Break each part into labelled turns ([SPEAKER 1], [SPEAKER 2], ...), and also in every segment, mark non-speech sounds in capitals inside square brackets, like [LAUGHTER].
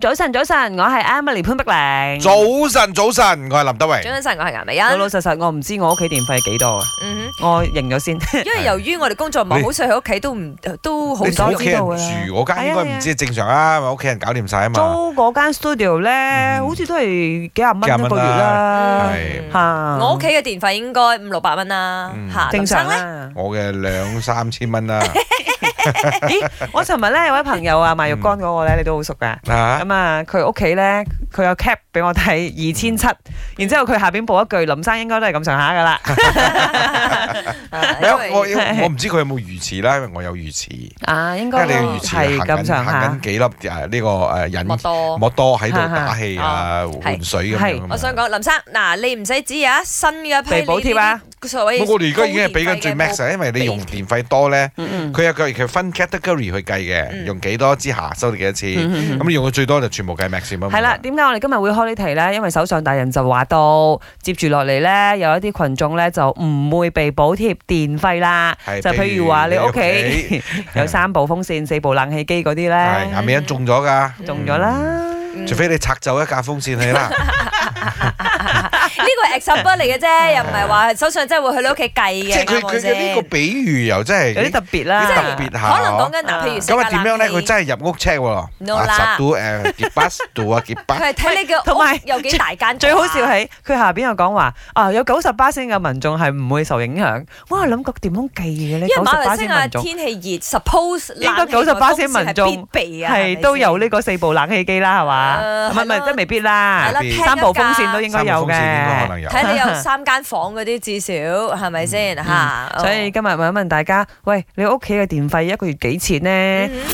[SPEAKER 1] 早晨，早晨，我係 Emily 潘碧玲。
[SPEAKER 2] 早晨，早晨，我係林德榮。
[SPEAKER 3] 早晨，我係顏美欣。
[SPEAKER 1] 老老實實，我唔知我屋企電費幾多啊！
[SPEAKER 2] [LAUGHS]
[SPEAKER 3] 嗯
[SPEAKER 1] 我認咗先。
[SPEAKER 2] 啊
[SPEAKER 3] 哼，因為由於我哋工作忙，
[SPEAKER 2] 你
[SPEAKER 3] 好少喺屋企都唔都好
[SPEAKER 2] 你
[SPEAKER 3] 少
[SPEAKER 2] 同
[SPEAKER 1] 多
[SPEAKER 2] 屋企
[SPEAKER 1] 知道㗎
[SPEAKER 2] 人
[SPEAKER 3] 用。
[SPEAKER 2] 住嗰間應該唔知正常啊，咪屋企人搞掂晒啊
[SPEAKER 1] [LAUGHS] 租
[SPEAKER 2] 嘛。
[SPEAKER 1] 嗰間 studio 咧，
[SPEAKER 2] 嗯
[SPEAKER 1] 好似都係幾廿
[SPEAKER 2] 幾
[SPEAKER 1] 蚊
[SPEAKER 2] 廿
[SPEAKER 1] 一個
[SPEAKER 2] 蚊
[SPEAKER 1] 月
[SPEAKER 3] 嗯
[SPEAKER 1] 啦
[SPEAKER 2] 係。
[SPEAKER 1] 嚇
[SPEAKER 3] 我屋企嘅電費應該五六百蚊啦
[SPEAKER 2] 嗯，
[SPEAKER 3] 嚇
[SPEAKER 1] 正常
[SPEAKER 2] [LAUGHS]
[SPEAKER 3] 咧，
[SPEAKER 1] 啦。
[SPEAKER 2] 我嘅兩三千蚊啦，
[SPEAKER 1] 咦，我尋日咧有位朋友啊賣肉乾嗰個咧，你都好熟噶。
[SPEAKER 2] 啊，
[SPEAKER 1] 咁啊，佢屋企咧，佢有 cap 俾我睇二千
[SPEAKER 2] 嗯
[SPEAKER 1] 七，然之後佢下邊補一句林生應該都係咁上下噶啦。
[SPEAKER 3] 啊
[SPEAKER 2] 咩啊
[SPEAKER 3] 因為
[SPEAKER 2] 我我唔知佢有冇魚翅啦，因為我有魚翅，因
[SPEAKER 1] 啊，應
[SPEAKER 2] 為
[SPEAKER 1] 該
[SPEAKER 2] 你嘅魚翅
[SPEAKER 1] 係
[SPEAKER 2] 行
[SPEAKER 1] 咁
[SPEAKER 2] 緊
[SPEAKER 1] 上
[SPEAKER 2] 行
[SPEAKER 1] 下
[SPEAKER 2] 緊。幾粒誒呢個誒引
[SPEAKER 3] 莫多。
[SPEAKER 2] 莫多喺度打氣啊，
[SPEAKER 3] 係
[SPEAKER 2] 換水咁樣啊嘛。
[SPEAKER 3] 我想講林生，嗱你唔使指啊，新嘅一批
[SPEAKER 1] 被補貼啊，
[SPEAKER 3] 你啲所謂
[SPEAKER 2] 咁我哋而家已經係俾緊最 max
[SPEAKER 3] 高電費嘅
[SPEAKER 2] 啊，因為你用
[SPEAKER 3] 俾
[SPEAKER 2] 電費多咧，
[SPEAKER 1] 嗯嗯
[SPEAKER 2] 佢有佢佢分 category 去計嘅，
[SPEAKER 3] 嗯
[SPEAKER 2] 用幾多之下收你幾多
[SPEAKER 1] 嗯
[SPEAKER 2] 錢。
[SPEAKER 1] 嗯嗯
[SPEAKER 2] 咁你用到最多就全部計 max 啊嘛。
[SPEAKER 1] 係啦，點解我哋今日會開呢題呢？因為首相大人就話到，接住落嚟呢，有一啲群眾呢就唔會被補貼電費啦。
[SPEAKER 2] 係
[SPEAKER 1] 就譬如話你屋企 [LAUGHS] 有三部風扇、四部冷氣機嗰啲
[SPEAKER 2] 係
[SPEAKER 1] 呢，
[SPEAKER 2] 眼尾人中咗㗎，
[SPEAKER 1] 中咗啦。嗯
[SPEAKER 3] 嗯
[SPEAKER 2] 除非你拆走一架風扇去啦。
[SPEAKER 3] [LAUGHS] 呢個係 example 嚟
[SPEAKER 2] [LAUGHS]
[SPEAKER 3] 嘅啫，又唔係話手上真係會去你屋企計
[SPEAKER 2] 即係
[SPEAKER 3] 嘅，
[SPEAKER 2] 佢
[SPEAKER 3] 啱
[SPEAKER 2] 佢
[SPEAKER 3] 唔啱
[SPEAKER 2] 嘅呢個
[SPEAKER 3] 先？
[SPEAKER 2] 比喻又真
[SPEAKER 1] 有啲特
[SPEAKER 2] 係。
[SPEAKER 1] 別啊
[SPEAKER 3] 即
[SPEAKER 2] 特
[SPEAKER 1] 啦
[SPEAKER 3] 係，
[SPEAKER 2] 別下
[SPEAKER 3] 可能講緊嗱，
[SPEAKER 1] 啊
[SPEAKER 3] 譬如
[SPEAKER 2] 咁啊點樣咧？
[SPEAKER 3] 佢
[SPEAKER 2] 佢真係入屋 check 喎，
[SPEAKER 3] No
[SPEAKER 2] 啊
[SPEAKER 3] 啦
[SPEAKER 2] 十度誒結
[SPEAKER 3] [LAUGHS]
[SPEAKER 2] 巴度啊結巴
[SPEAKER 3] 佢，係睇你嘅
[SPEAKER 1] 同埋
[SPEAKER 3] 屋有幾大間，
[SPEAKER 1] 最好笑。係佢下邊又講話啊，有九十巴仙嘅民眾係唔會受影響。我係諗過點樣計嘅呢？
[SPEAKER 3] 因為
[SPEAKER 1] 九
[SPEAKER 3] 馬
[SPEAKER 1] 十
[SPEAKER 3] 來
[SPEAKER 1] 巴
[SPEAKER 3] 西
[SPEAKER 1] 仙
[SPEAKER 3] 亞
[SPEAKER 1] 民眾
[SPEAKER 3] 天氣熱，suppose
[SPEAKER 1] 應該
[SPEAKER 3] 冷氣同埋
[SPEAKER 1] 98%
[SPEAKER 3] 風扇係
[SPEAKER 1] 民眾
[SPEAKER 3] 必備啊，係
[SPEAKER 1] 係
[SPEAKER 3] 咪
[SPEAKER 1] 都有
[SPEAKER 3] 先
[SPEAKER 1] 呢個四部冷氣機啦，係嘛？
[SPEAKER 3] 誒
[SPEAKER 1] 唔係唔
[SPEAKER 3] 係
[SPEAKER 1] 係，
[SPEAKER 3] 咯
[SPEAKER 1] 即係未必啦
[SPEAKER 3] 係。啦，
[SPEAKER 2] 入邊
[SPEAKER 3] 聽一
[SPEAKER 1] 三部風扇都
[SPEAKER 3] 架
[SPEAKER 1] 應該有
[SPEAKER 2] 三個風扇應該
[SPEAKER 1] 嘅。
[SPEAKER 2] 可能有。
[SPEAKER 3] 睇你有三間房嗰啲，至少係咪先嚇？
[SPEAKER 1] 嗯
[SPEAKER 3] 哦
[SPEAKER 1] 所以今日問一問大家，喂，你屋企嘅電費一個月幾錢呢？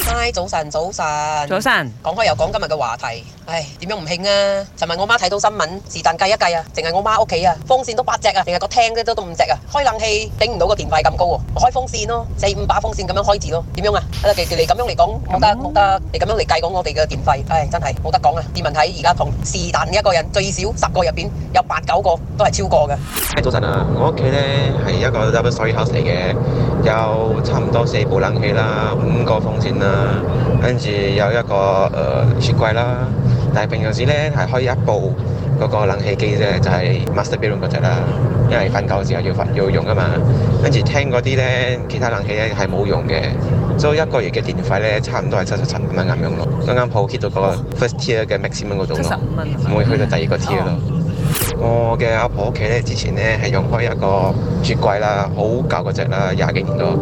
[SPEAKER 4] 嗨，早晨，早晨。
[SPEAKER 1] 早。晨，
[SPEAKER 4] 講開又講今日嘅話題，唉，點樣唔興啊？尋日我媽睇到新聞，是但計一計啊，淨係我媽屋企啊，風扇都八隻啊，淨係個廳都都五隻啊，開冷氣頂唔到個電費咁高喎、我開風扇咯，四五把風扇咁樣開住咯，點樣啊？啊，你你咁樣嚟講冇得冇得，你咁樣嚟計講我哋嘅電費，唉，真係冇得講啊！市民睇而家同是但一個人最少十個入邊有八九個都係超過嘅。
[SPEAKER 5] 誒早晨啊！我屋企咧係一個 double story house 嚟嘅，有差唔多四部冷氣啦，五個風扇啦，跟住有一個誒、呃雪櫃啦。但係平常時咧係開一部嗰個冷氣機啫，就係、master bedroom 嗰只啦，因為瞓覺嘅時候要瞓要用啊嘛。跟住廳嗰啲咧，其他冷氣咧係冇用嘅，所以一個月嘅電費咧差唔多係七十七蚊咁樣咯，啱啱好 hit 到嗰個 first tier 嘅 maximum 嗰度咯。
[SPEAKER 1] 五蚊
[SPEAKER 5] 唔會去到第二個 T 咯。我嘅阿婆屋企咧，之前咧係用開一個雪櫃啦，好舊嗰只啦，廿幾年咯。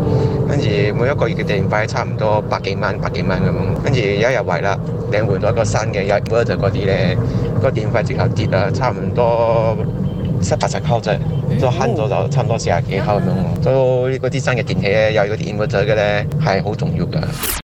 [SPEAKER 5] 跟住每一個月嘅電費差唔多百幾蚊、百幾蚊咁樣。跟住有一日為啦，領換到一個新嘅一 w o r 嗰啲咧，個電費直頭跌啊，差唔多七八十溝啫，都慳咗就差唔多四廿幾溝咁樣咯。所以嗰啲新嘅電器咧，有嗰啲 inverter 嘅咧係好重要㗎。